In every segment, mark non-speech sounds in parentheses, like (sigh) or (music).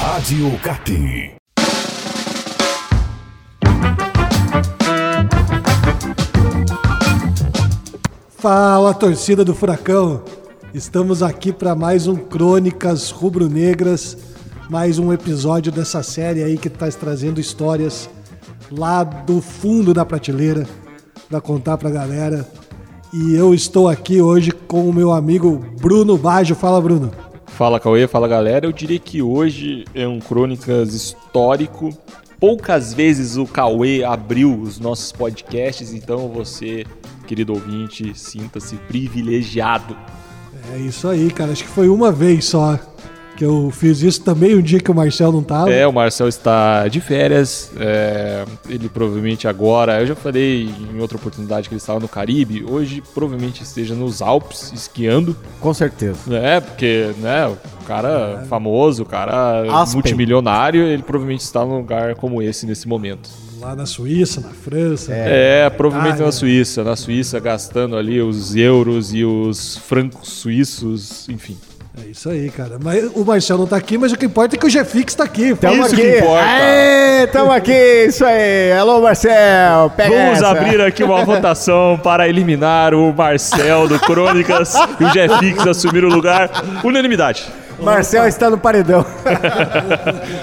Rádio CAP. Fala, torcida do Furacão. Estamos aqui para mais um Crônicas Rubro-Negras, mais um episódio dessa série aí que está trazendo histórias lá do fundo da prateleira para contar para a galera. E eu estou aqui hoje com o meu amigo Bruno Baggio. Fala, Bruno. Fala Cauê, fala galera. Eu diria que hoje é um Crônicas histórico. Poucas vezes o Cauê abriu os nossos podcasts, então você, querido ouvinte, sinta-se privilegiado. É isso aí, cara. Acho que foi uma vez só que eu fiz isso também, um dia que o Marcel não tava. É, o Marcel está de férias, é, ele provavelmente agora, eu já falei em outra oportunidade que ele estava no Caribe, hoje provavelmente esteja nos Alpes esquiando. Com certeza. É, porque, né, o cara famoso, o cara Aspen. multimilionário, ele provavelmente está num lugar como esse nesse momento. Lá na Suíça, na França. É, provavelmente Itália. na Suíça, na Suíça gastando ali os euros e os francos suíços, enfim. É isso aí, cara. Mas o Marcel não tá aqui, mas o que importa é que o Jefix tá aqui. Isso que importa. Aê, tamo aqui, isso aí. Alô, Marcel, pega Vamos é essa. abrir aqui uma votação para eliminar o Marcel do Crônicas e o Jeffix assumir o lugar. Unanimidade. Marcel está no paredão.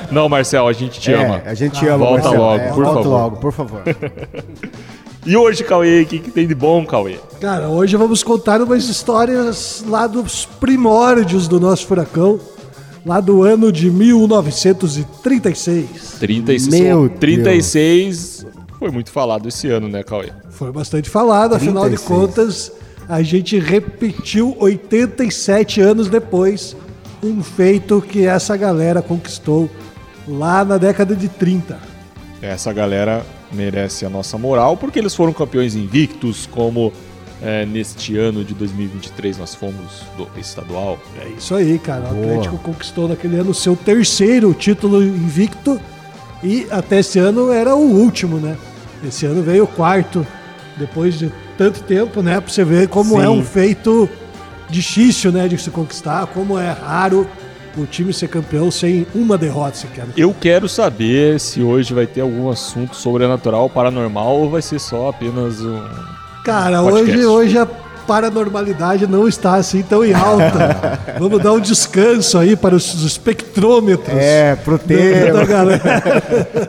Não, Marcel, a gente te É, ama. a gente ama, Volta Marcel. logo, por volta favor. logo, por favor. E hoje, Cauê, o que, que tem de bom, Cauê? Cara, hoje vamos contar umas histórias lá dos primórdios do nosso furacão, lá do ano de 1936. 36. Meu 36 foi muito falado esse ano, né, Cauê? Foi bastante falado, afinal de 36. contas, a gente repetiu 87 anos depois um feito que essa galera conquistou lá na década de 30. Essa galera merece a nossa moral porque eles foram campeões invictos, como é, neste ano de 2023 nós fomos do estadual. É isso aí, cara. O Atlético conquistou naquele ano seu terceiro título invicto e até esse ano era o último, né? Esse ano veio o quarto, depois de tanto tempo, né? Pra você ver como Sim. é um feito difícil, né? De se conquistar, como é raro o time ser campeão sem uma derrota sequer. Eu quero saber se hoje vai ter algum assunto sobrenatural, paranormal ou vai ser só apenas um. Cara, Podcast. hoje, hoje a paranormalidade não está assim tão em (laughs) alta. Vamos dar um descanso aí para os espectrômetros. É, pro da- da tema. galera.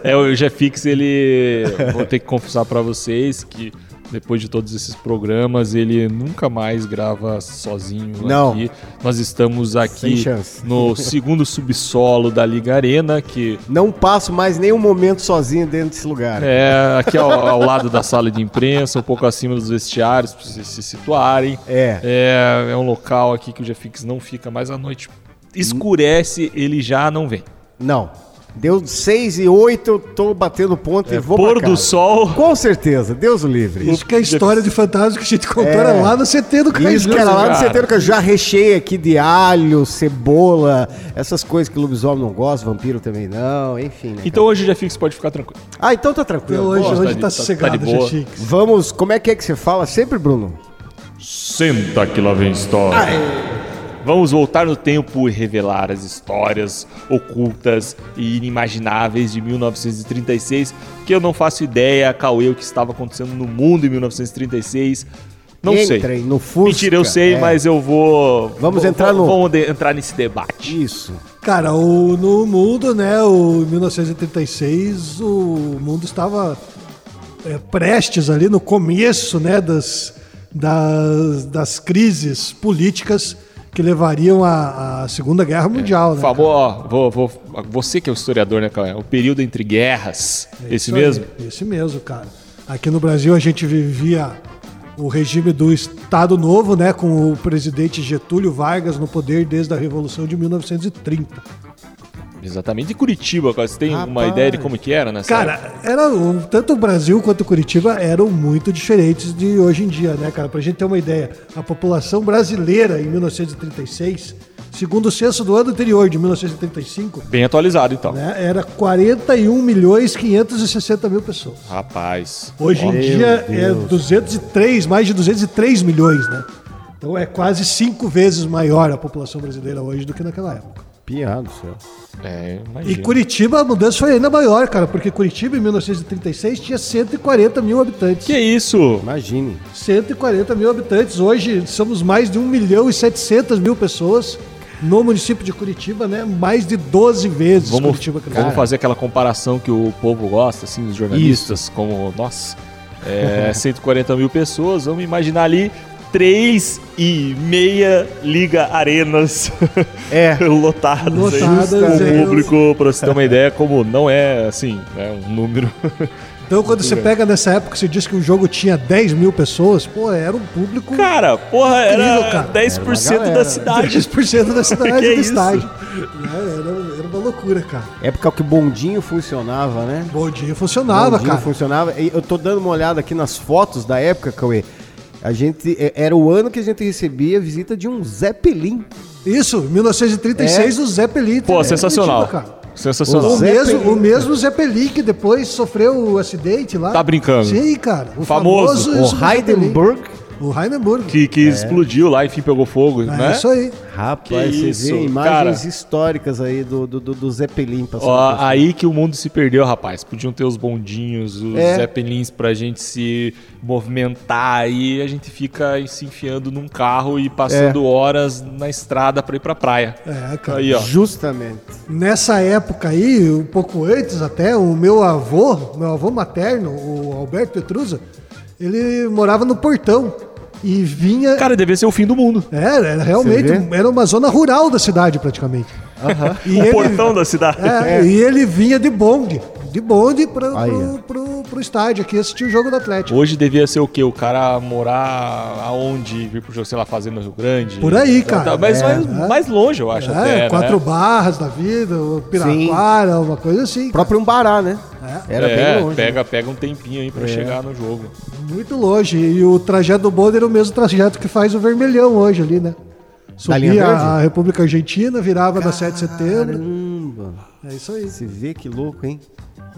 É, o Jeffix, ele. Vou ter que confessar pra vocês que depois de todos esses programas, ele nunca mais grava sozinho Não. aqui. Nós estamos Sem aqui chance. no segundo subsolo da Liga Arena, que Não passo mais nenhum momento sozinho dentro desse lugar. É, aqui ao, ao lado da sala de imprensa, um pouco acima dos vestiários, para vocês se situarem. É. É, é um local aqui que o Jeffix não fica mais à noite. Escurece, ele já não vem. Não. Deu 6 e 8, eu tô batendo ponto e vou pra É, Pôr do casa. sol. Com certeza, Deus o livre. Isso que é a história de fantasma que a gente contou É. era lá no CT do Caio. Isso, cara, lá cara. no setembro que eu já recheio aqui de alho, cebola, essas coisas que o lobisomem não gosta, vampiro também não, enfim, né? Então hoje o Jeffix pode ficar tranquilo. cara? Ah, então tá tranquilo. Então, hoje, Boa. gosto, hoje tá tá de- tá- tá sossegado, de boa. Jachix. Vamos, como é que é que você fala sempre, Bruno? Senta que lá vem história. Vamos voltar no tempo e revelar as histórias ocultas e inimagináveis de 1936, que eu não faço ideia, Cauê, o que estava acontecendo no mundo em 1936. Não sei. Entrem no Fusca. Mentira, eu sei, É, mas eu vou. Vamos vou- entrar no- Vamos de- entrar nesse debate. Isso. Cara, o- no mundo, né, o, em 1986, o mundo estava é, prestes ali no começo, né, das, das, das crises políticas que levariam à, à Segunda Guerra Mundial, né? Favor, ó, vou, vou- você que é o historiador, né, Cauê? O período entre guerras. É esse isso aí, mesmo? esse mesmo, cara. Aqui no Brasil a gente vivia o regime do Estado Novo, né, com o presidente Getúlio Vargas no poder desde a Revolução de 1930. Exatamente. E Curitiba, Cauê, você tem uma Rapaz. ideia de como que era né, nessa Cara, era um- tanto o Brasil quanto Curitiba eram muito diferentes de hoje em dia, né, cara? Pra gente ter uma ideia, a população brasileira em 1936, segundo o censo do ano anterior, de 1935, Bem atualizado, então. né, era 41 milhões 560 mil pessoas. Rapaz. Hoje em dia é 203, mais de 203 milhões, né? Então é quase cinco vezes maior a população brasileira hoje do que naquela época. Piado, céu. É, E imagina. Curitiba, a mudança foi ainda maior, cara, porque Curitiba, em 1936, tinha 140 mil habitantes. Que isso? Imagine. 140 mil habitantes. Hoje somos mais de 1 milhão e 700 mil pessoas no município de Curitiba, né? Mais de 12 vezes Vamos, Curitiba vamos fazer aquela comparação que o povo gosta, assim, os jornalistas, como nós. É, (laughs) 140 mil pessoas, vamos imaginar ali três e meia Liga Arenas É. (laughs) lotadas, Lotadas, aí, com é. o público, pra você ter uma ideia, como não é, assim, né, um número... (laughs) Então, quando você pega nessa época, você diz que o jogo tinha 10 mil pessoas, pô, era um público Cara, porra, Incrível, era cara. 10% Era uma da galera. (laughs) cidade. 10% da cidade do Que isso? estádio. É, Era, era uma loucura, cara. Época que o bondinho funcionava, né? Bom dia funcionava, Bondinho cara. funcionava. E Eu tô dando uma olhada aqui nas fotos da época, Cauê. A gente, é- era o ano que a gente recebia a visita de um Zeppelin. Isso, 1936, o Zé Pelito. Pô, sensacional. O Sensacional. Zé Pelin. mesmo, o mesmo Zé Pelin que depois sofreu o acidente lá. Tá brincando. Sim, cara. O Famoso. famoso O isso do Zé Heidenberg. Pelin. O Heidenberg. Que, que explodiu lá, enfim, pegou fogo, é, né? isso aí. Rapaz, Que você isso, vê imagens cara. históricas aí do, do, do, do Zeppelin passando. Ó, por- aí que o mundo se perdeu, rapaz. Podiam ter os bondinhos, os É. zeppelins pra gente se movimentar e a gente fica aí se enfiando num carro e passando horas na estrada pra ir pra praia. É, cara. Aí, ó. Justamente. Nessa época aí, um pouco antes até, o meu avô, meu avô materno, o Alberto Petrusa, ele morava no portão e vinha. Cara, devia ser o fim do mundo. É, era realmente, Você vê? era uma zona rural da cidade praticamente. (laughs) E o ele- portão da cidade. É, E ele vinha de bonde, de bonde pro, Aí, pro, pro- pro estádio aqui assistir o jogo do Atlético. Hoje devia ser o quê? O cara morar aonde? Vir pro jogo, sei lá, fazer no Rio Grande? Por aí, Tá, cara. É, Mas mais, né? mais longe, eu acho. É, até, né? quatro barras da vida, o Piraquara, uma coisa assim. O próprio Umbará, né? É. Era É, bem longe. né? Pega, pega um tempinho aí pra chegar no jogo. Muito longe. E o trajeto do bonde era o mesmo trajeto que faz o vermelhão hoje ali, né? linha Subia verde? a República Argentina, virava na 7 de setembro. Caramba. É isso aí. Você vê que louco, hein?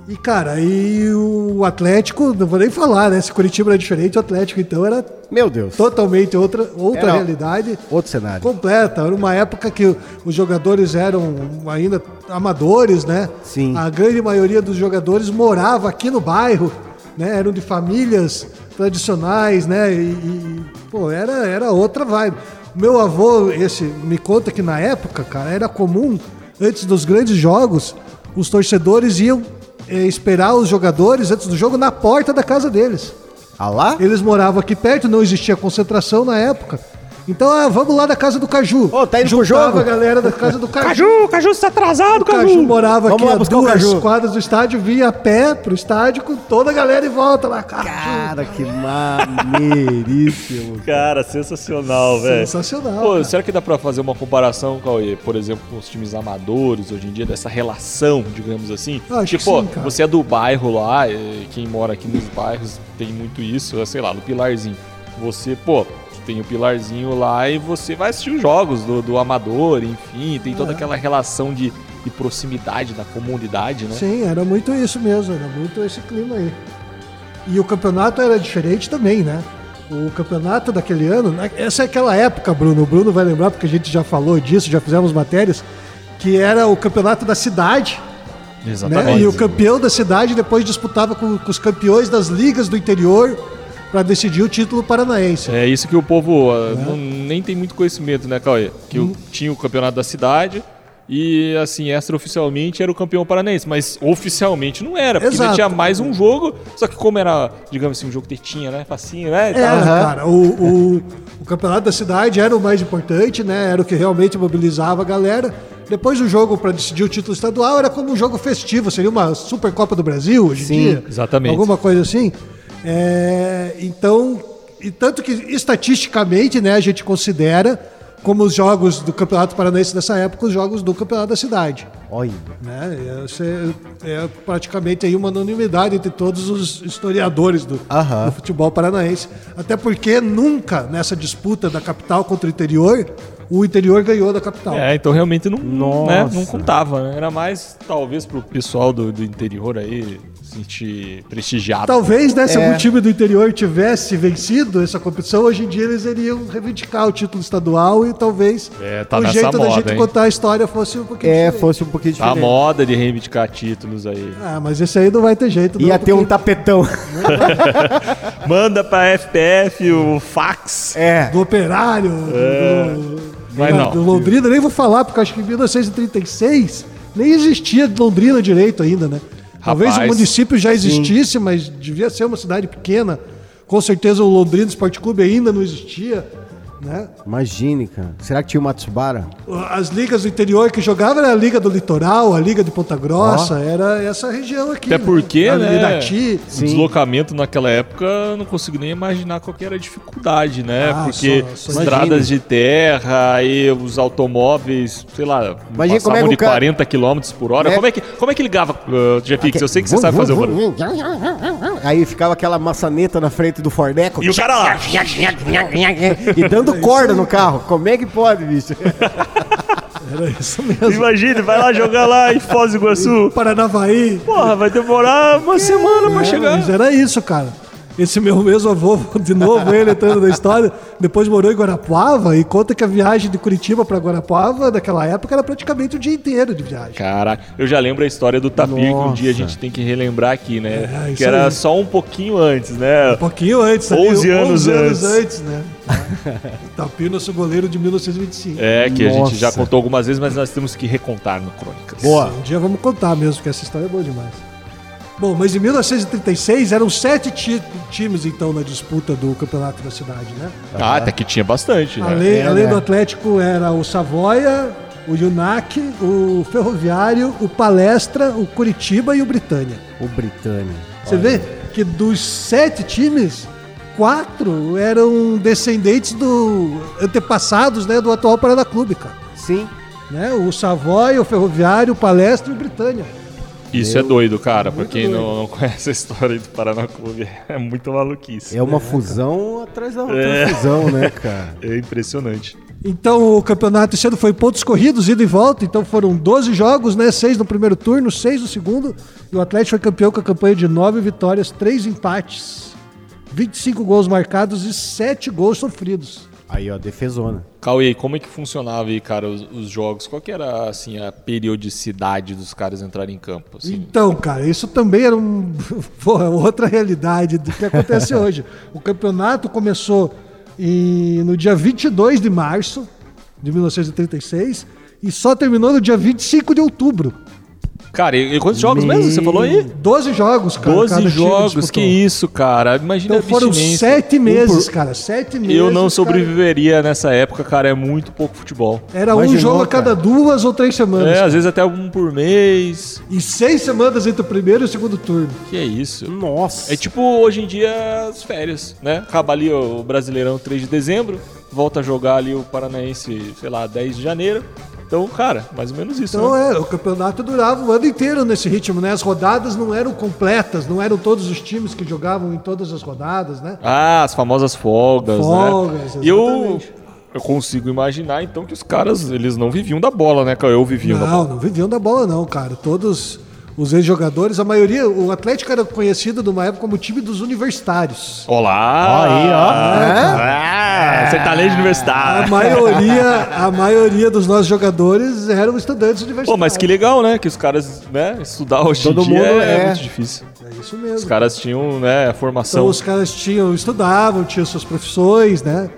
E, cara, e o Atlético, não vou nem falar, né? Se Curitiba era diferente, o Atlético então era Meu Deus. totalmente outra, outra Era- realidade. Outro cenário. Completa. Era uma época que os jogadores eram ainda amadores, né? Sim. A grande maioria dos jogadores morava aqui no bairro, né? Eram de famílias tradicionais, né? E, e, pô, era, era outra vibe. O Meu avô, esse, me conta que na época, cara, era comum, antes dos grandes jogos, os torcedores iam eh, esperar os jogadores antes do jogo na porta da casa deles. Ah lá? Eles moravam aqui perto, não existia concentração na época. Então, ah, vamos lá da casa do Caju. Ô, tá indo pro Juntava jogo? a galera da casa do Caju. Caju, Caju, você tá atrasado, O Caju morava Vamos aqui lá a buscar o duas Caju. quadras do estádio, vinha a pé pro estádio com toda a galera em volta lá. Caju. Cara, que maneiríssimo. Cara, sensacional, É. velho. Sensacional, Pô, cara. será que dá pra fazer uma comparação, Cauê, por exemplo, com os times amadores hoje em dia, dessa relação, digamos assim? Eu acho que tipo, sim, cara. você é do bairro lá, eh, quem mora aqui nos bairros tem muito isso, eh, sei lá, no Pilarzinho. Você, pô, tem o Pilarzinho lá e você vai assistir os jogos do, do amador, enfim, tem É. toda aquela relação de, de proximidade da comunidade, né? Sim, era muito isso mesmo, era muito esse clima aí. E o campeonato era diferente também, né? O campeonato daquele ano, né? essa é aquela época, Bruno, o Bruno vai lembrar porque a gente já falou disso, já fizemos matérias, que era o campeonato da cidade, né? E o campeão da cidade depois disputava com, com os campeões das ligas do interior para decidir o título paranaense. É isso que o povo ah, não- nem tem muito conhecimento, né, Cauê? Que o- tinha o campeonato da cidade e, assim, extraoficialmente era o campeão paranaense, mas oficialmente não era, porque ainda Exato. tinha mais um jogo, só que como era, digamos assim, um jogo tetinha, né, facinho, né, e Era, tal, cara. O, o, o campeonato da cidade era o mais importante, né? Era o que realmente mobilizava a galera. Depois o jogo para decidir o título estadual era como um jogo festivo, seria uma Supercopa do Brasil hoje em Sim, dia. exatamente. Alguma coisa assim. É, então, e tanto que estatisticamente, né, a gente considera como os jogos do Campeonato Paranaense nessa época os jogos do Campeonato da Cidade. (laughs) Olha. Né? Isso é, é praticamente aí uma anonimidade entre todos os historiadores do, Aham. do futebol paranaense. Até porque nunca, nessa disputa da capital contra o interior, o interior ganhou da capital. É, então realmente não, né, Nossa. não contava, né? Era mais, talvez, pro pessoal do, do interior aí sentir prestigiado. Talvez né, se É. algum time do interior tivesse vencido essa competição, hoje em dia eles iriam reivindicar o título estadual e talvez É, tá o nessa jeito da moda, gente hein? contar a história fosse um pouquinho É, diferente. fosse um pouquinho Tá a diferente. moda de reivindicar títulos aí. Ah, mas esse aí não vai ter jeito. não, Ia ter um porque tapetão. Manda pra FPF o fax. (laughs) É. Do operário, do- É. do, Vai da- não. do Londrina, nem vou falar, porque acho que em 1936 nem existia Londrina direito ainda, né? Talvez o Rapaz, município já existisse, mas devia ser uma cidade pequena. Com certeza o Londrina Esporte Clube ainda não existia, né? Imagine, cara. Será que tinha o Matsubara? As ligas do interior que jogava era a Liga do Litoral, a Liga de Ponta Grossa, era essa região aqui. Até porque, A né? Irati. O deslocamento naquela época, eu não consigo nem imaginar qual que era a dificuldade, né? Ah, Porque só- só estradas de terra, aí os automóveis, sei lá, Imagina como é passavam que o de cara- 40 km por hora. Né? Como, é que, como é que ligava, uh, Jeffix? Eu sei que você Vum, sabe vum, fazer o vum, barulho. vum. Aí ficava aquela maçaneta na frente do forneco. E o cara lá, (laughs) E (laughs) dando corda no carro. Como é que pode, bicho? Era isso mesmo. imagine, vai lá jogar lá em Foz do Iguaçu. Paranavaí. Porra, vai demorar uma semana pra chegar. Mas era isso, cara. Esse meu mesmo avô, (laughs) de novo, ele entrando na história, depois morou em Guarapuava e conta que a viagem de Curitiba pra Guarapuava, naquela época, era praticamente o dia inteiro de viagem. Caraca, eu já lembro a história do tapir que um dia a Nossa. gente tem que relembrar aqui, É, né? isso que era aí. só um pouquinho antes, né? Um pouquinho antes, 11 anos antes. (laughs) né? Tapir, nosso goleiro de 1925. É, que a gente já Nossa. contou algumas vezes, mas nós temos que recontar no Crônicas. Boa. Um dia vamos contar mesmo, que essa história é boa demais. Bom, mas em 1936 eram sete ti- times, então, na disputa do campeonato da cidade, né? Ah, até que tinha bastante, né? Além, É, além né? do Atlético era o Savoia, o Yunac, o Ferroviário, o Palestra, o Curitiba e o Britânia. O Britânia. Você vê que dos sete times, quatro eram descendentes do antepassados né, do atual Paraná Clube, cara. Sim. Né? O Savoia, o Ferroviário, o Palestra e o Britânia. Isso é doido, cara. Pra quem não, não conhece a história do Paraná Clube, (laughs) é muito maluquice. É uma fusão atrás da outra fusão, né, cara? É impressionante. Então o campeonato esse ano foi pontos corridos, ida e volta. Então foram 12 jogos, né? Seis no primeiro turno, seis no segundo. E o Atlético foi campeão com a campanha de nove vitórias, três empates, 25 gols marcados e sete gols sofridos. Aí, ó, defesona. Cauê, como é que funcionava aí, cara, os, os jogos? Qual que era, assim, a periodicidade dos caras entrarem em campo? Assim? Então, cara, isso também era um, (laughs) porra, outra realidade do que (laughs) acontece hoje. O campeonato começou em- no dia 22 de março de 1936 e só terminou no dia 25 de outubro. Cara, e, e quantos jogos mesmo você falou aí? 12 jogos, cara. 12 cada time jogos, disputou. que isso, cara. Imagina Então a foram abstinência. sete Um meses, por- cara. Sete meses. Eu não cara. sobreviveria nessa época, cara. É muito pouco futebol. Era um Imaginou, jogo a cada cara. duas ou três semanas. É, às vezes até um por mês. E seis semanas entre o primeiro e o segundo turno. Que é isso? Nossa. É tipo hoje em dia as férias, né? Acaba ali ó, o Brasileirão 3 de dezembro, volta a jogar ali o Paranaense, sei lá, 10 de janeiro. Então, cara, mais ou menos isso. Então né? é, o campeonato durava o ano inteiro nesse ritmo, né? As rodadas não eram completas, não eram todos os times que jogavam em todas as rodadas, né? Ah, as famosas folgas, Folgas, né? E eu, exatamente. eu consigo imaginar, então, que os caras, eles não viviam da bola, né? cara? Eu vivia da Não, bola. não viviam da bola, não, cara. Todos os ex-jogadores, a maioria, o Atlético era conhecido numa época como o time dos universitários. Olá! Aí, ó. É? Ah, sertanejo A universitário. maioria, a maioria dos nossos jogadores eram estudantes Pô, universitários. mas que legal, né? Que os caras, né, estudar hoje Todo em dia mundo é, é. muito difícil. É isso Os mesmo. caras tinham, né, a Então formação. os caras tinham, estudavam, tinham suas profissões, né?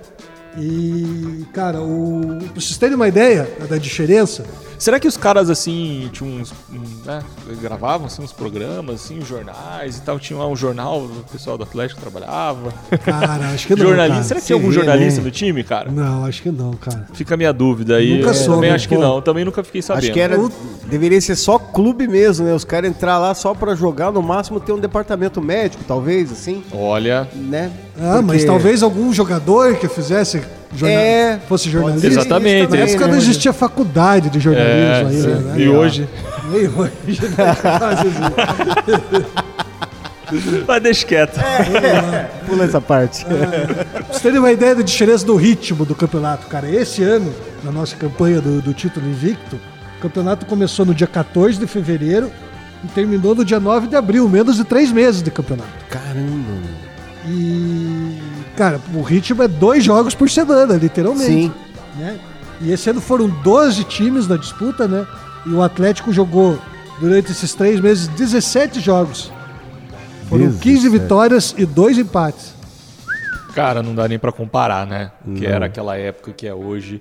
E, cara, o, pra vocês terem uma ideia da diferença, Será que os caras, assim, tinham uns, um, né, gravavam, assim, uns programas, assim, jornais e tal? Tinha lá um jornal, o pessoal do Atlético (laughs) trabalhava. cara, acho que (laughs) não. jornalista, é cara. será que tinha se algum vê, jornalista né? do time, cara? Não, acho que não, cara. Fica a minha dúvida aí. Nunca Eu soube, Também acho que pô. não, também nunca fiquei sabendo. Acho que era. Eu- Deveria ser só clube mesmo, né? Os caras entrar lá só pra jogar, no máximo ter um departamento médico, talvez, assim, Olha, né? Ah, mas Porque- talvez algum jogador que fizesse jornal- É, fosse jornalista. pode ser Exatamente, isso Na é. também, época não né? existia faculdade de É, jornalismo ainda, sim. né? e hoje. Nem hoje, (laughs) (laughs) né? Faz isso. Mas deixa quieto. Pula essa parte. É, Pra vocês terem uma ideia da diferença do ritmo do campeonato, cara. Esse ano, na nossa campanha do, do título invicto, o campeonato começou no dia 14 de fevereiro e terminou no dia 9 de abril, menos de três meses de campeonato. Caramba. E, cara, o ritmo é dois jogos por semana, literalmente. Sim. né? E esse ano foram 12 times na disputa, né? E o Atlético jogou durante esses três meses 17 jogos. Foram 15 17. vitórias e dois empates. Cara, não dá nem pra comparar, né? Que era aquela época que é hoje.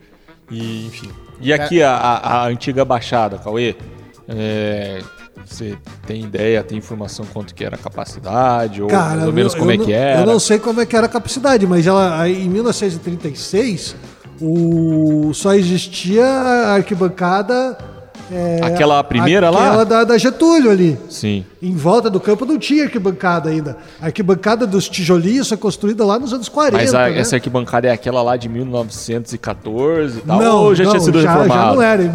E, enfim. E É. aqui a, a- a antiga Baixada, Cauê. é, você tem ideia, tem informação quanto que era a capacidade? Ou Cara, mais ou menos eu- como eu é não- que era? Eu não sei como é que era a capacidade, mas ela aí, em 1936 o só existia a arquibancada é, Aquela primeira lá? aquela da, da Getúlio ali. Sim. Em volta do campo não tinha arquibancada ainda. A arquibancada dos tijolinhos foi construída lá nos anos 40. Mas a- né? essa arquibancada é aquela lá de 1914 e tal? não, ou já não, tinha sido já, já reformado? não é. era. Em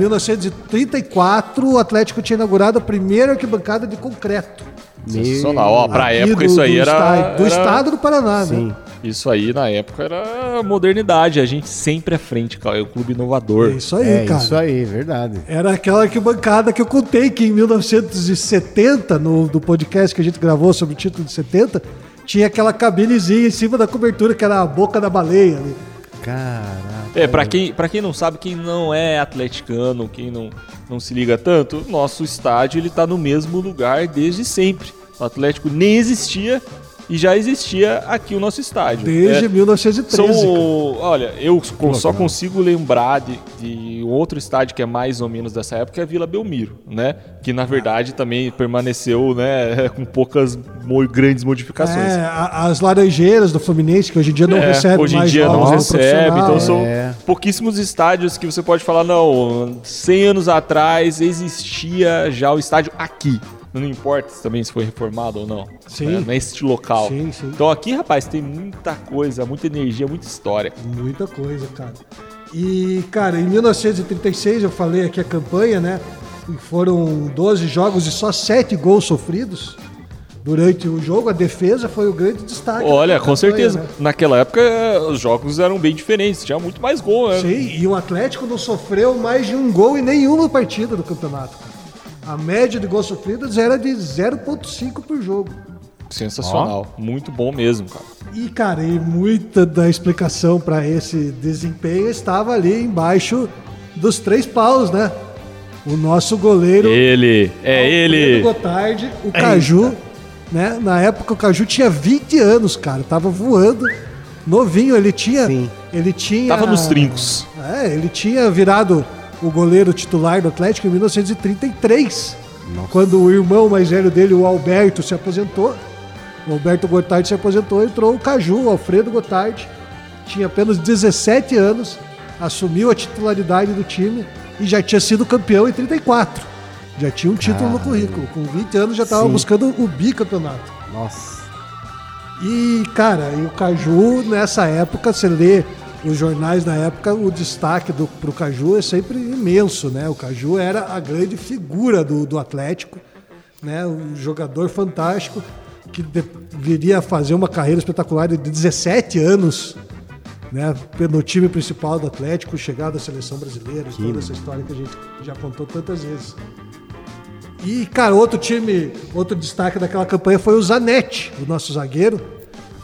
1934 o Atlético tinha inaugurado a primeira arquibancada de concreto. Sensacional. Ó, pra Aqui época do- isso aí do era. esta- do era- estado do Paraná, né? Sim. Isso aí na época era modernidade. A gente sempre à frente, Cauê. É o clube inovador. É isso aí, é cara. isso aí, verdade. Era aquela arquibancada que eu contei que em 1970, no, no podcast que a gente gravou sobre o título de 70, tinha aquela cabinezinha em cima da cobertura, que era a boca da baleia. né? ali. Caraca. É, pra quem, pra quem não sabe, quem não é atleticano, quem não, não se liga tanto, nosso estádio ele tá no mesmo lugar desde sempre. O Atlético nem existia e já existia aqui o nosso estádio. Desde É, 1913. são, cara. né? olha, eu con- só consigo lembrar de, de outro estádio que é mais ou menos dessa época, é a Vila Belmiro, né? Que na verdade também permaneceu, né, (laughs) com poucas mo- grandes modificações. É, a- as laranjeiras do Fluminense, que hoje em dia não É, recebe hoje em mais dia não jogos do recebe, profissional, então né? são É. pouquíssimos estádios que você pode falar, não, 100 anos atrás existia já o estádio aqui. Não importa também se foi reformado ou não. Sim. Né? Neste local. Sim, sim. Então aqui, rapaz, tem muita coisa, muita energia, muita história. Muita coisa, cara. E, cara, em 1936 eu falei aqui a campanha, né? E foram 12 jogos e só 7 gols sofridos durante o jogo. A defesa foi o grande destaque. Olha, da com campanha, certeza. né? Naquela época os jogos eram bem diferentes, tinha muito mais gol, né? Sim, e o Atlético não sofreu mais de um gol em nenhuma partida do campeonato. cara. A média de gols sofridos era de 0,5 por jogo. Sensacional. Muito bom mesmo, cara. E, cara, e muita da explicação para esse desempenho estava ali embaixo dos três paus, né? O nosso goleiro Ele, é ele. Alfredo Gotardi, o Caju, né? Na época o Caju tinha 20 anos, cara, tava voando, novinho, ele tinha Sim. ele tinha Tava nos trincos. É, ele tinha virado o goleiro titular do Atlético em 1933, quando o irmão mais velho dele, o Alberto, se aposentou. O Alberto Gotardi se aposentou, entrou o Caju, o Alfredo Gotardi, tinha apenas 17 anos, assumiu a titularidade do time e já tinha sido campeão em 34. Já tinha um título no currículo. Com 20 anos já estava Sim. buscando o bicampeonato. Nossa. E, cara, e o Caju, nessa época, você lê os jornais da época, o destaque do, pro Caju é sempre imenso, né? O Caju era a grande figura do, do Atlético, né? Um jogador fantástico que de- viria a fazer uma carreira espetacular de 17 anos, né? No time principal do Atlético, chegar da seleção brasileira, toda essa história que a gente já contou tantas vezes. E, cara, outro time, outro destaque daquela campanha foi o Zanetti, o nosso zagueiro.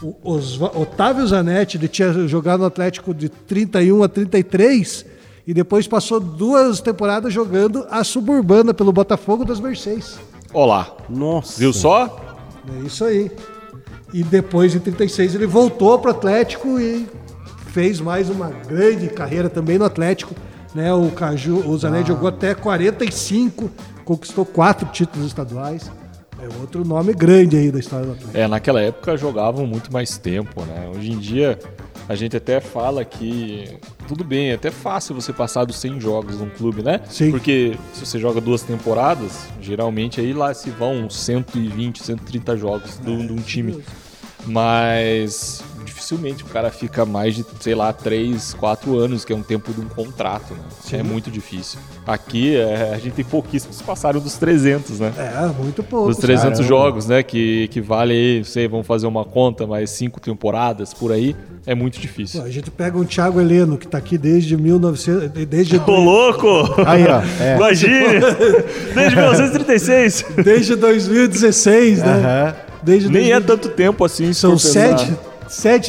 O Osva- Otávio Zanetti, ele tinha jogado no Atlético de 31 a 33 e depois passou duas temporadas jogando a suburbana pelo Botafogo das Mercês. Olá. Nossa. Viu só? É isso aí. E depois, em 36, ele voltou para o Atlético e fez mais uma grande carreira também no Atlético. Né? O, Caju, o Ah. Zanetti jogou até 45, conquistou quatro títulos estaduais. É outro nome grande aí da história do Atlético. É, naquela época jogavam muito mais tempo, né? Hoje em dia a gente até fala que tudo bem, é até fácil você passar dos 100 jogos num clube, né? Sim. Porque se você joga duas temporadas, geralmente aí lá se vão uns 120, 130 jogos de um de um time. Mas dif- dificilmente o cara fica mais de, sei lá, 3, 4 anos, que é um tempo de um contrato, né? É muito difícil. Aqui é, a gente tem pouquíssimos que passaram dos 300, né? É, muito pouco. Dos 300 jogos, né? Que, que vale aí, não sei, vamos fazer uma conta, mas cinco temporadas por aí, é muito difícil. A gente pega um Thiago Heleno, que tá aqui desde 1900. (laughs) Desde, Ô, louco! Aí, ó. (laughs) É. Imagine! Desde 1936! desde 2016, né? Aham. Desde (laughs) Nem é 2000 tanto tempo assim, se São for pensar. sete,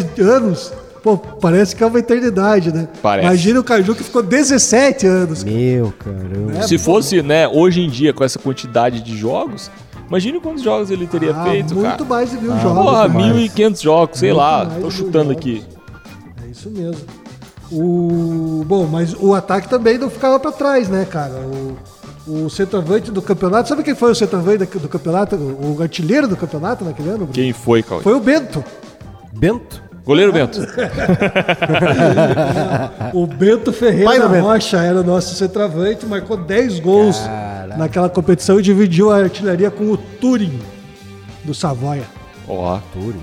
sete anos? Pô, parece que é uma eternidade, né? Parece. Imagina o Caju que ficou 17 anos. Meu caramba. Se fosse, né, hoje em dia, com essa quantidade de jogos, imagine quantos jogos ele teria Ah, feito, muito cara. Ah, mais de mil jogos. Porra, cara. mais. 1.500 jogos, sei Muito lá, mais tô de mil chutando jogos. aqui. É isso mesmo. O... Bom, mas o ataque também não ficava pra trás, né, cara? O, o centroavante do campeonato, sabe quem foi o centroavante da- do campeonato? O artilheiro do campeonato naquele ano? Bruno? Quem foi, Cauê? Foi o Bento. Bento? Goleiro Bento. (laughs) O Bento Pai Ferreira do Bento. Rocha era o nosso centroavante, marcou 10 gols naquela competição e dividiu a artilharia com o Turing do Savoia. Ó, Turo.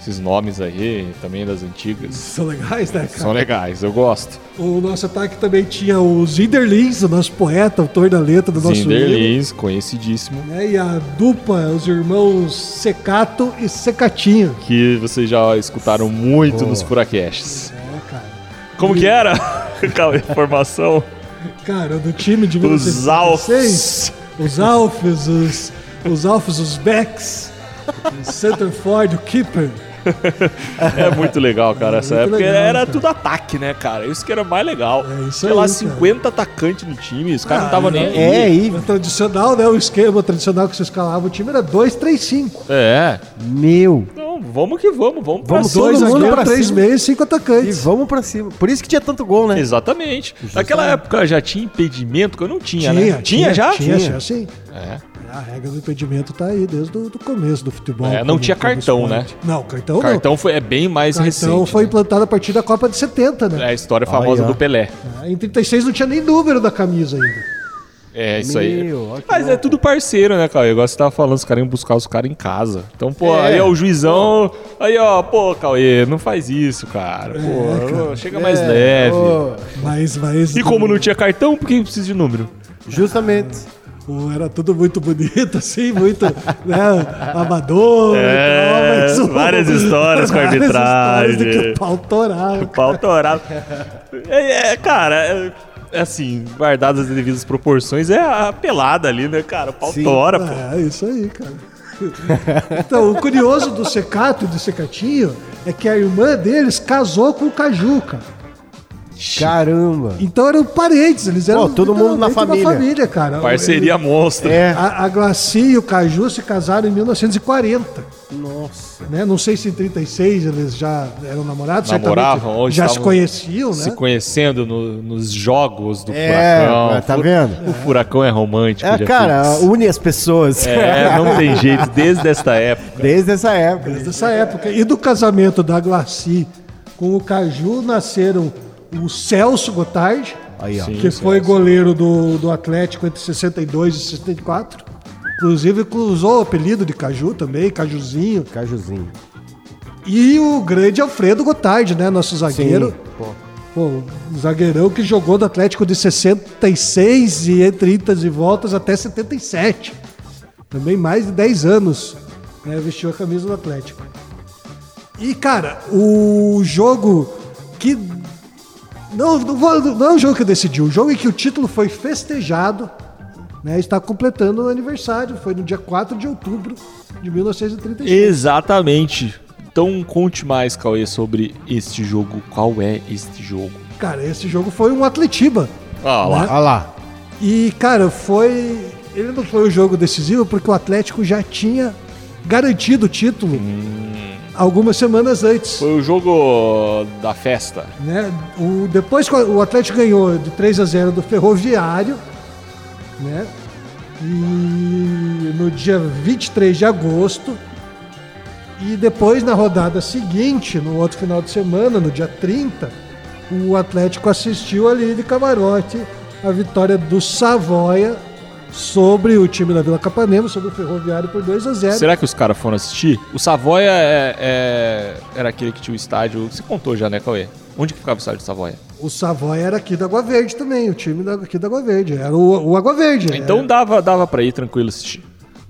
esses nomes aí, também das antigas, São legais, né, cara? são legais, eu gosto. O nosso ataque também tinha o Zinderlins, o nosso poeta, autor da letra do nosso livro. Zinderlins, conhecidíssimo, né? E a dupla, os irmãos Secato e Secatinho. que vocês já escutaram muito nos Furacasts. É, cara. Como que era? (laughs) Cauê, formação? Cara, do time de Os 1976, Alfs. os Alfes, os, os Alfes, os Becks, o Centerford, o Keeper. É muito legal, cara, essa É muito época. legal, era cara. tudo ataque, né, cara? Isso que era mais legal. É isso Sei aí, lá, cara. 50 atacantes no time, os caras Ah, não estavam nem aí. É, e. O tradicional, né? O esquema tradicional que você escalava o time era 2-3-5. É. Meu. Então, vamos que vamos, vamos pra Vamos cima. todo Dois mundo zagueiros, pra três cima. meios, cinco E atacantes. vamos pra cima. Por isso que tinha tanto gol, né? Exatamente. Naquela época já tinha impedimento, que eu não tinha, né? Tinha, já? Tinha, tinha, sim. É. A regra do impedimento tá aí desde o do começo do futebol. É, não como- tinha como cartão, esporte. né? Não, cartão, não. Cartão foi, é bem mais Cartão recente. foi né? implantado a partir da Copa de 70, É né? a história famosa Olha. do Pelé. É, Em 36 não tinha nem número da camisa ainda. É isso Meu, ó, aí. que Mas é louco. tudo parceiro, né, Cauê? Igual você tava falando, os caras iam buscar os caras em casa. Então, pô, É. aí ó, o juizão. Aí, ó, pô, Cauê, não faz isso, cara. Pô, chega mais É, leve. ô, Mas, mas. E como não tinha cartão, por que precisa de número? justamente. o- Era tudo muito bonito, (laughs) assim, muito. né, amador. É, o- várias histórias com a (laughs) várias arbitragem. histórias do que o pau torava. Pau (laughs) torado. É, é, cara, é, é assim, guardadas as devidas proporções, é a pelada ali, né, cara? O pau Sim. tora, pô. É, isso aí, cara. (laughs) Então, o curioso do Secato e do Secatinho é que a irmã deles casou com o Caju, cara. Caramba. Então eram parentes, eles eram Pô, todo mundo na literalmente família. uma família, cara. Parceria monstra. Ah, É. A, a Glaci e o Caju se casaram em 1940, Nossa. né? Não sei se em 36 eles já eram namorados, certamente Namoravam, ou já se estavam conheciam, né? Se conhecendo no- nos jogos do É, furacão. mas tá Fu- vendo? O furacão é romântico. É, já cara, fiz. une as pessoas. É, não tem jeito, desde esta época. (laughs) Desde essa época. Desde essa época. E do casamento da Glaci com o Caju nasceram o Celso Gotardi, Aí, ó. Sim. que foi Celso. goleiro do, do Atlético entre 62 e 64. Inclusive usou o apelido de Caju também, Cajuzinho. Cajuzinho. E o grande Alfredo Gotardi, né? Nosso zagueiro. Pô. Pô, um zagueirão que jogou do Atlético de 66 e entre idas e voltas até 77. Também mais de 10 anos né, vestiu a camisa do Atlético. E, cara, o jogo que. Não, não, vou- não é um jogo que decidiu. O jogo em que o título foi festejado né, está completando o aniversário. Foi no dia 4 de outubro de 1936. Exatamente. Então conte mais, Cauê, sobre este jogo. Qual é este jogo? Cara, esse jogo foi um Atletiba. Ah lá. Olha lá. E, cara, foi. Ele não foi o jogo decisivo porque o Atlético já tinha garantido o título algumas semanas antes. Foi o jogo da festa. Né? O, depois que o Atlético ganhou de 3 a 0 do Ferroviário, né? E no dia 23 de agosto. E depois, na rodada seguinte, no outro final de semana, no dia 30, o Atlético assistiu ali de camarote a vitória do Savoia sobre o time da Vila Capanema, sobre o Ferroviário por 2 a 0 Será que os caras foram assistir? O Savoia é- é- era aquele que tinha o estádio. Você contou já, né, Cauê? Onde que ficava o estádio do Savoia? O Savoia era aqui da Água Verde também, o time da, aqui da Água Verde. Era o, o Água Verde. Então era. dava, dava pra ir tranquilo assistir.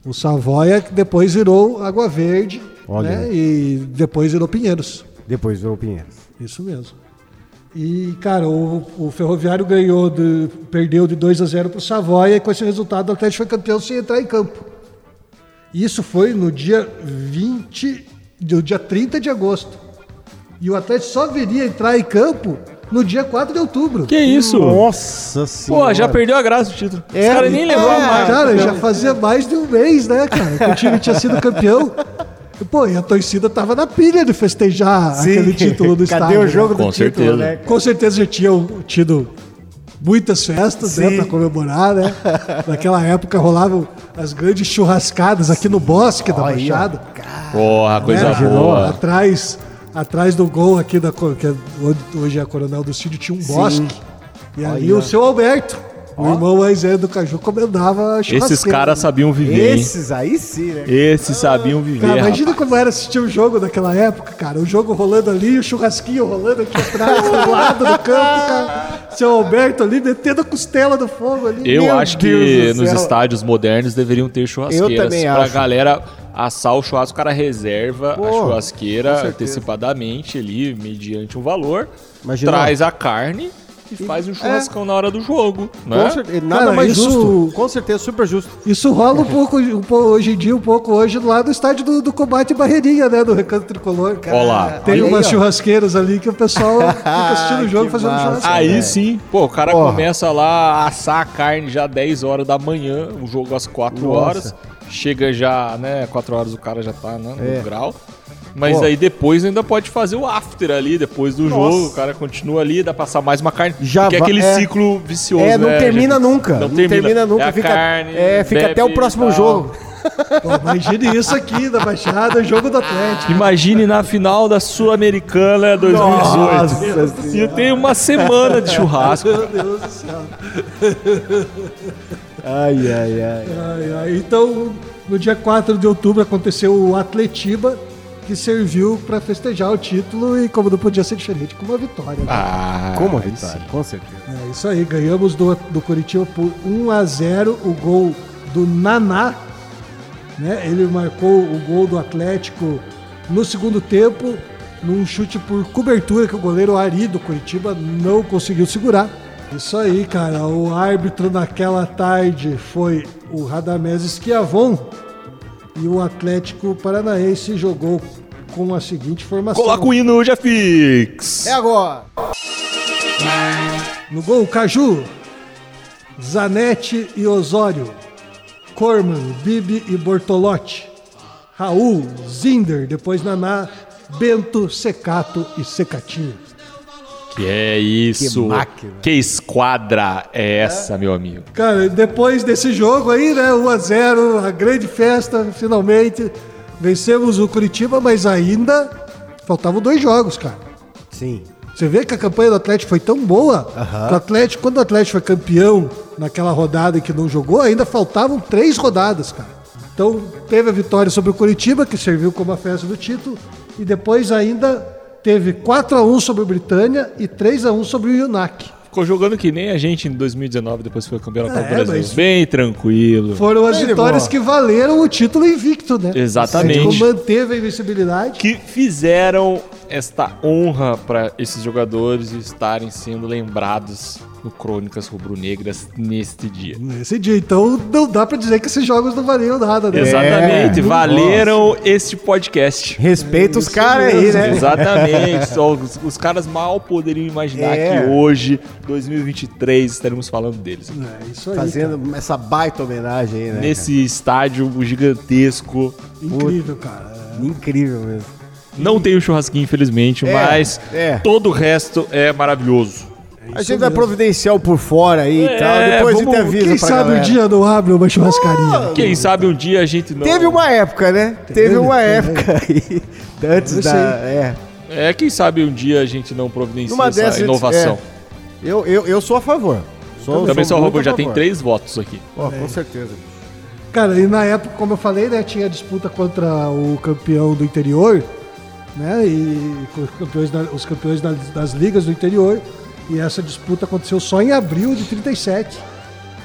O Savoia que depois virou Água Verde Olha. né, e depois virou Pinheiros. Depois virou Pinheiros. Isso mesmo. E, cara, o, o Ferroviário ganhou, de- perdeu de 2 a 0 pro Savoia e com esse resultado o Atlético foi campeão sem entrar em campo. Isso foi no dia 20, do dia 30 de agosto. E o Atlético só viria entrar em campo no dia 4 de outubro. Que isso? Nossa Pô, senhora. já perdeu a graça do título. os caras nem lembravam É, mais. Cara, já fazia mais de um mês, né, cara? Que o time tinha sido campeão. E, Pô, e a torcida tava na pilha de festejar aquele título do estádio. (laughs) Cadê o né? jogo do Com título, certeza. né? Com certeza já tinham tido muitas festas né, Sim. para comemorar, né? Naquela época rolavam as grandes churrascadas aqui no bosque da Olha, Baixada. Porra, coisa né? boa. Atrás, atrás do gol aqui da co- que é- onde hoje é a Coronel do Cídio tinha um bosque. E ali Olha. o seu Alberto, o irmão Aizé do Caju, comendava a churrasqueira. Esses caras sabiam viver, hein? Esses aí sim, né? Esses sabiam viver. Cara, imagina rapaz. como era assistir o jogo naquela época, cara. O jogo rolando ali, o churrasquinho rolando aqui atrás, (laughs) do lado do campo, cara. Seu Alberto ali metendo a costela do fogo ali. Eu Meu acho que Deus do nos céu. estádios modernos deveriam ter churrasqueiras. Eu também pra acho. galera assar o churrasco, o cara reserva a Pô, com churrasqueira certeza. antecipadamente ali, mediante um valor, Imagina. é. traz a carne e faz um churrascão na hora do jogo. Né? Com certeza, nada Cara, mais isso- justo. Com certeza, super justo. Isso rola um pouco, um pouco hoje em dia, um pouco hoje lá no estádio do, do combate Barreirinha, né? Do Recanto Tricolor. cara. Ó lá. Tem Olha aí, umas ó. churrasqueiras ali que o pessoal (laughs) fica assistindo o jogo Que fazendo massa. churrasco. Aí É. sim, pô, o cara Porra. começa lá a assar a carne já 10 horas da manhã, o jogo às 4 Nossa. horas. Chega já, né? 4 horas o cara já tá né, no É. grau. Mas Pô. aí depois ainda pode fazer o after ali, depois do Nossa. jogo, o cara continua ali, dá pra assar mais uma carne. Já porque é va- aquele é. ciclo vicioso, É, não né, termina gente? nunca. Não, termina, nunca. É a fica, carne, é, fica bebe até o e próximo tal. jogo. Pô, imagine isso aqui na Baixada, jogo do Atlético. Imagine na final da Sul-Americana 2018. Nossa Se eu tenho uma semana de (laughs) churrasco. Meu Deus do céu. Ai, ai, ai. Ai, ai. Então, no dia 4 de outubro aconteceu o Atletiba, que serviu para festejar o título e, como não podia ser diferente, com uma vitória. né? Ah, Como a aí vitória, com certeza. É isso aí, ganhamos do, do Curitiba por 1 a 0 o gol do Naná. Né? Ele marcou o gol do Atlético no segundo tempo, num chute por cobertura que o goleiro Ari do Curitiba não conseguiu segurar. Isso aí, cara. O árbitro naquela tarde foi o Radamés Esquiavon e o Atlético Paranaense jogou com a seguinte formação. Coloca o hino, Jeffix. É agora. No gol, Caju, Zanetti e Osório, Corman, Bibi e Bortolotti, Raul, Zinder, depois Naná, Bento, Secato e Secatinho. Que é isso? Que, máquina. esquadra é essa, meu amigo? Cara, depois desse jogo aí, né, 1x0, a grande festa, finalmente, vencemos o Curitiba, mas ainda faltavam dois jogos, cara. Sim. Você vê que a campanha do Atlético foi tão boa. que o Atlético, quando o Atlético foi campeão naquela rodada em que não jogou, ainda faltavam três rodadas, cara. Então teve a vitória sobre o Curitiba, que serviu como a festa do título, e depois ainda teve 4 a 1 sobre o Britânia e 3 a 1 sobre o Yunak. Ficou jogando que nem a gente em 2019, depois foi campeão da Copa É, do Brasil. mas- Bem tranquilo. Foram as Ele vitórias Tá boa. que valeram o título invicto, né? Exatamente. O Atlético manteve a invencibilidade. Que fizeram esta honra para esses jogadores estarem sendo lembrados no Crônicas Rubro-Negras neste dia. Nesse dia, então não dá pra dizer que esses jogos não valiam nada, né? Exatamente, não valeram este podcast. Respeita os caras aí, mesmo. né? Exatamente. Só os, os caras mal poderiam imaginar É. que hoje, 2023, estaremos falando deles. É isso aí. cara. Fazendo essa baita homenagem aí, né? Nesse estádio gigantesco. Incrível, cara. cara? Incrível mesmo. Não tem o churrasquinho, infelizmente, É, mas é. todo o resto é maravilhoso. a gente vai providenciar o por fora aí É, e tal. Depois a gente vamos- avisa Quem pra sabe galera. Ah, um dia não abre uma churrascaria? Quem sabe um dia a gente não. Teve uma época, né? Teve, uma teve. época aí. (laughs) Antes Eu da. sei. É. É, quem sabe um dia a gente não providencia Numa essa dessas. inovação. é. eu, eu, eu sou a favor. Só, Também só o robô já tem três. três votos aqui. com certeza. Cara, e na época, como eu falei, né, tinha disputa contra o campeão do interior, né, e com os campeões, da- os campeões da- das ligas do interior, e essa disputa aconteceu só em abril de 37,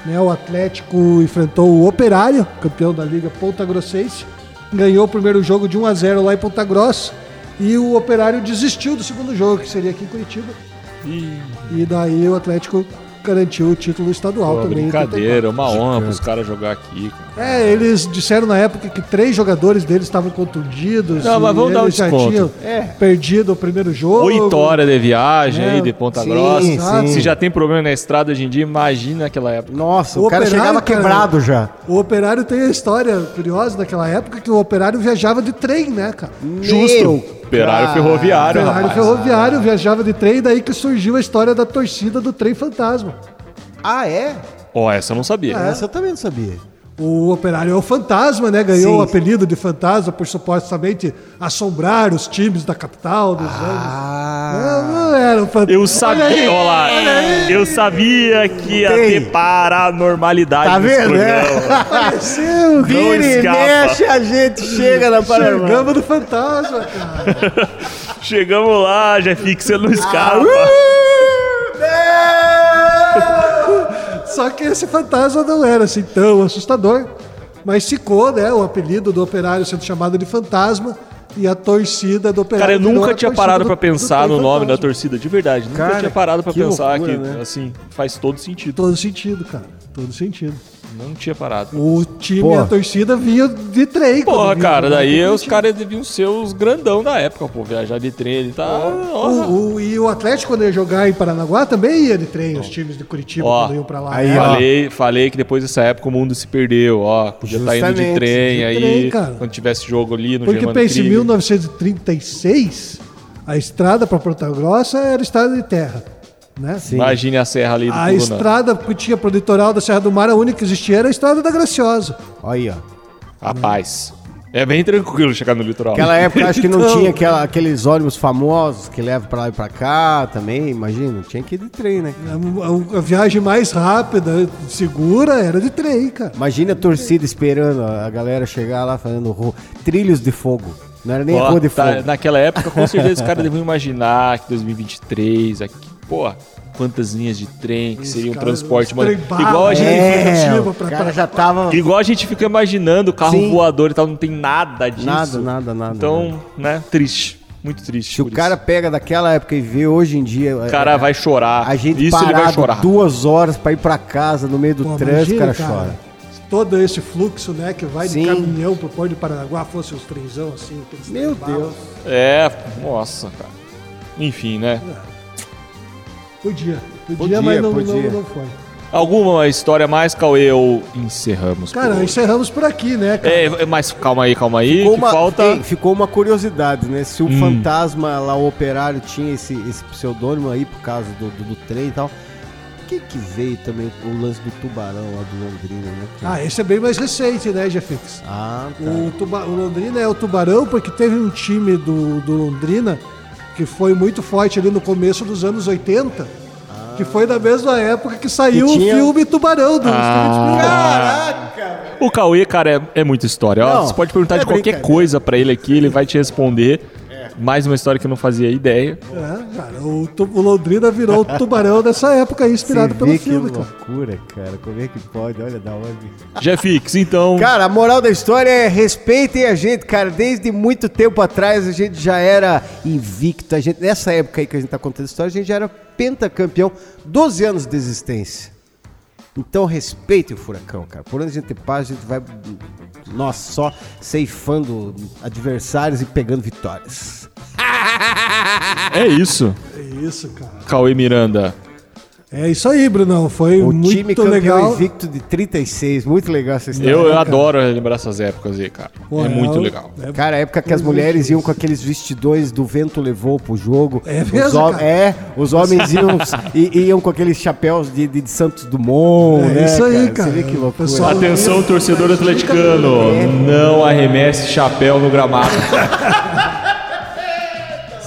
né, o Atlético enfrentou o Operário, campeão da liga Ponta Grossense, ganhou o primeiro jogo de 1 a 0 lá em Ponta Grossa, e o Operário desistiu do segundo jogo, que seria aqui em Curitiba, e daí o Atlético garantiu o título estadual Pô, também. em 34. brincadeira, é uma honra pros caras jogar aqui. cara. É, eles disseram na época que três jogadores deles estavam contundidos. Não, mas e vamos dar um eles já desconto. tinham É. perdido o primeiro jogo. Oito horas de viagem aí de Ponta sim, Grossa. Ah, sim. Se já tem problema na estrada hoje em dia, imagina aquela época. Nossa, O o, cara operário, chegava cara- quebrado já. O Operário tem a história curiosa daquela época que o Operário viajava de trem, né, cara? Meu Operário cara. O Operário ferroviário, Hum. rapaz. ferroviário viajava de trem, daí que surgiu a história da torcida do trem fantasma. Ah, é? Ó, essa eu não sabia. Essa eu também não sabia. O Operário é o fantasma, né? Ganhou Sim. o apelido de fantasma por supostamente assombrar os times da capital dos anos. Não, não era um fantasma. Ah. Eu sabia, olha lá, eu sabia que ia Tem. ter paranormalidade Tá nesse vendo, né? programa. Apareceu, Vira e escapa. mexe, a gente chega na Paraná. um Chegamos do fantasma, cara. É. Chegamos lá, já é fixa Ah, no escapa. uh! Só que esse fantasma não era assim tão assustador. Mas ficou, né? O apelido do operário sendo chamado de fantasma e a torcida do operário. Cara, eu virou nunca a tinha torcida parado do- pra do pensar trem no nome da fantasma. torcida, de verdade. Nunca Cara, tinha parado pra que pensar loucura, que, né? assim, faz todo sentido. Todo sentido, cara. Todo sentido. Não tinha parado. O time Pô. e a torcida vinha de trem. quando Porra, vinha cara, jogar daí contra o os time. caras deviam ser os grandão da época, pô. Viajar de trem, ele tá. Ó, O, o- e o Atlético, quando ia jogar em Paranaguá, também ia de trem. Os times de Curitiba, Ó. quando iam pra lá. Aí, né? ó. Falei, falei que depois dessa época o mundo se perdeu, ó. Podia estar indo de Justamente, trem de aí, trem, cara. quando tivesse jogo ali no Porque Germano pense, em Krieger. 1936, a estrada para Ponta Grossa era estrada de terra, né? Imagine a serra ali do A Curunã. estrada que tinha para o litoral da Serra do Mar, a única que existia era a estrada da Graciosa. Aí, ó. Rapaz. É bem tranquilo chegar no litoral. Naquela época acho que não Então- tinha aquela- aqueles ônibus famosos que levam pra lá e pra cá também, imagina. Tinha que ir de trem, né? É um, A, a- a viagem mais rápida, segura, era de trem, cara. Imagina a torcida esperando a galera chegar lá fazendo ro- trilhos de fogo. Não era nem Ó, rua de tá- fogo. naquela época, com certeza, os caras deviam imaginar que 2023, aqui, porra, quantas linhas de trem que seria um Cara, transporte, os mano. trem bala, Igual a gente. É, Curitiba o pra- cara pra- já tava... Igual a gente fica imaginando, carro Sim. voador e tal, não tem nada disso. Nada, nada, nada. nada. Então, né, triste. Muito triste. Se o por cara isso. pega daquela época e vê hoje em dia... é, O cara vai chorar. A gente isso ele vai parado chorar. duas horas pra ir pra casa no meio do Pô, trânsito, o imagina, cara, chora. Todo esse fluxo, né, que vai Sim. de caminhão pro Porto de Paranaguá, fosse os trenzão assim. aqueles Meu trem bala. Deus. É, nossa, cara. Enfim, né? Podia, podia, Podia, mas não, podia. não- não foi. Alguma história mais, Cauê, ou encerramos? por Cara, hoje? encerramos por aqui, né, cara? É, mas calma aí, calma aí, Ficou que uma, falta... Hum. Ei, ficou uma curiosidade, né? Se o fantasma lá, o operário, tinha esse, esse pseudônimo aí por causa do, do, do trem e tal. O que que veio também o lance do tubarão lá do Londrina, né? Que- Ah, esse é bem mais recente, né, Jeffix? Ah, tá. O, tuba- o Londrina é o Tubarão porque teve um time do, do Londrina que foi muito forte ali no começo dos anos 80, que foi na mesma época que saiu Que tinha- o filme Tubarão do Steven Spielberg. Ah, Caraca! O Cauê, cara, é, é muita história. ó. Não, você pode perguntar é de qualquer brincadeira. coisa pra ele aqui, ele vai te responder. Mais uma história que eu não fazia ideia. É, cara, o, tu- o Londrina virou o Tubarão nessa época aí, inspirado Você pelo vê que filme, cara. loucura, cara. Como é que pode? Olha da onde. Jeffix, então. Cara, a moral da história é respeitem a gente, cara. Desde muito tempo atrás a gente já era invicto. A gente, nessa época aí que a gente tá contando a história, a gente já era pentacampeão. 12 anos de existência. Então respeitem o furacão, cara. Por onde a gente passa, a gente vai. Nossa, só ceifando adversários e pegando vitórias. é isso. É isso, cara. Cauê Miranda. É isso aí, Brunão. Foi O É muito time campeão legal. invicto de 36. Muito legal essa história. Eu, eu É, cara. adoro relembrar essas épocas aí, cara. Pô, é muito o- legal. é- Cara, a época que as mulheres iam com aqueles vestidões do vento levou pro jogo. É mesmo, Os hom- cara? É, os homens iam, i- iam com aqueles chapéus de, de, de Santos Dumont, É né? isso aí, cara. Você vê que O loucura. pessoal- Atenção, torcedor atleticano. né? Não arremesse chapéu no gramado.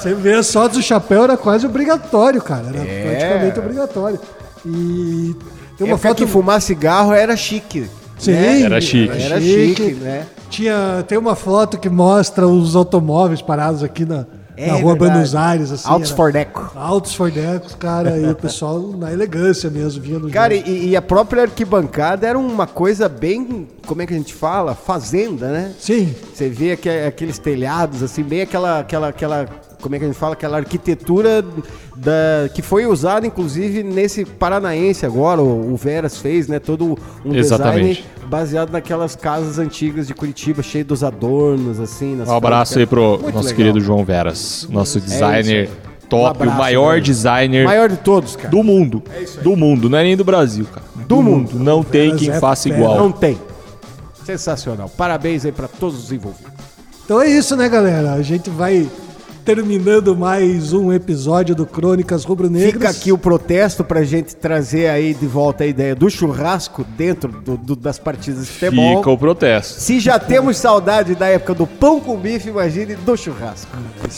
Você vê as É. fotos do chapéu era quase obrigatório, cara. Era praticamente obrigatório. E Tem uma Época foto. É que fumar cigarro era chique. Sim, né? Era chique. Era chique, né? Tinha, tem uma foto que mostra os automóveis parados aqui na, É na rua verdade. Buenos Aires. Assim, Altos era- Fordeco. Altos Fordecos, cara, e o pessoal na elegância mesmo, vinha no Cara, jogo. e, e a própria arquibancada era uma coisa bem, como é que a gente fala? Fazenda, né? Sim, Você vê aque- aqueles telhados, assim, bem aquela, aquela, aquela, como é que a gente fala? Aquela arquitetura da, que foi usada, inclusive, nesse paranaense agora, o, o Veras fez, né? Todo um Exatamente. design baseado naquelas casas antigas de Curitiba, cheio dos adornos, assim. nas Um abraço aí pro nosso Muito legal. É querido João Veras, nosso designer top, abraço, o maior né? designer Maior de todos, cara. do mundo. do mundo, não é nem do Brasil, cara. Do, mundo. Não tem Veras quem é faça fera. igual. Não tem. Sensacional. Parabéns aí pra todos os envolvidos. então é isso, né, galera? A gente vai terminando mais um episódio do Crônicas Fica Rubro-Negras. aqui o protesto pra gente trazer aí de volta a ideia do churrasco dentro do- do- das partidas de futebol. Fica o protesto. Se já temos saudade da época do pão com bife, imagine do churrasco.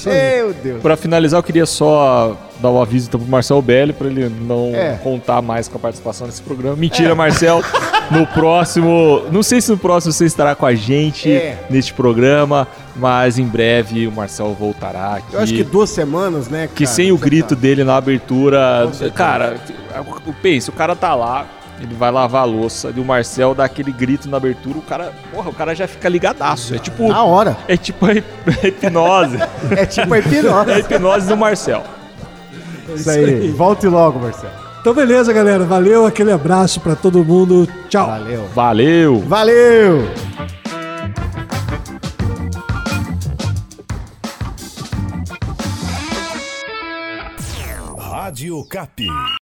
Meu Deus. Pra finalizar, eu queria só dar um aviso então, pro Marcel Belli, pra ele não É. contar mais com a participação nesse programa. Mentira, (laughs) Marcel. No próximo. Não sei se no próximo você estará com a gente É. neste programa, mas em breve o Marcel voltará aqui. Eu acho que duas semanas, né? Que cara? sem o Já grito tá. dele na abertura. Cara, o- pensa, o cara tá lá, ele vai lavar a louça, e o Marcel dá aquele grito na abertura, o cara. Porra, o cara já fica ligadaço. É tipo. Na hora. É tipo a hip- (laughs) a hipnose. É tipo a é a hipnose. hipnose do Marcel. (laughs) Isso aí. Volte logo, Marcelo. Então, beleza, galera. Valeu, aquele abraço pra todo mundo. Tchau. Valeu. Valeu! Valeu! Rádio Cap.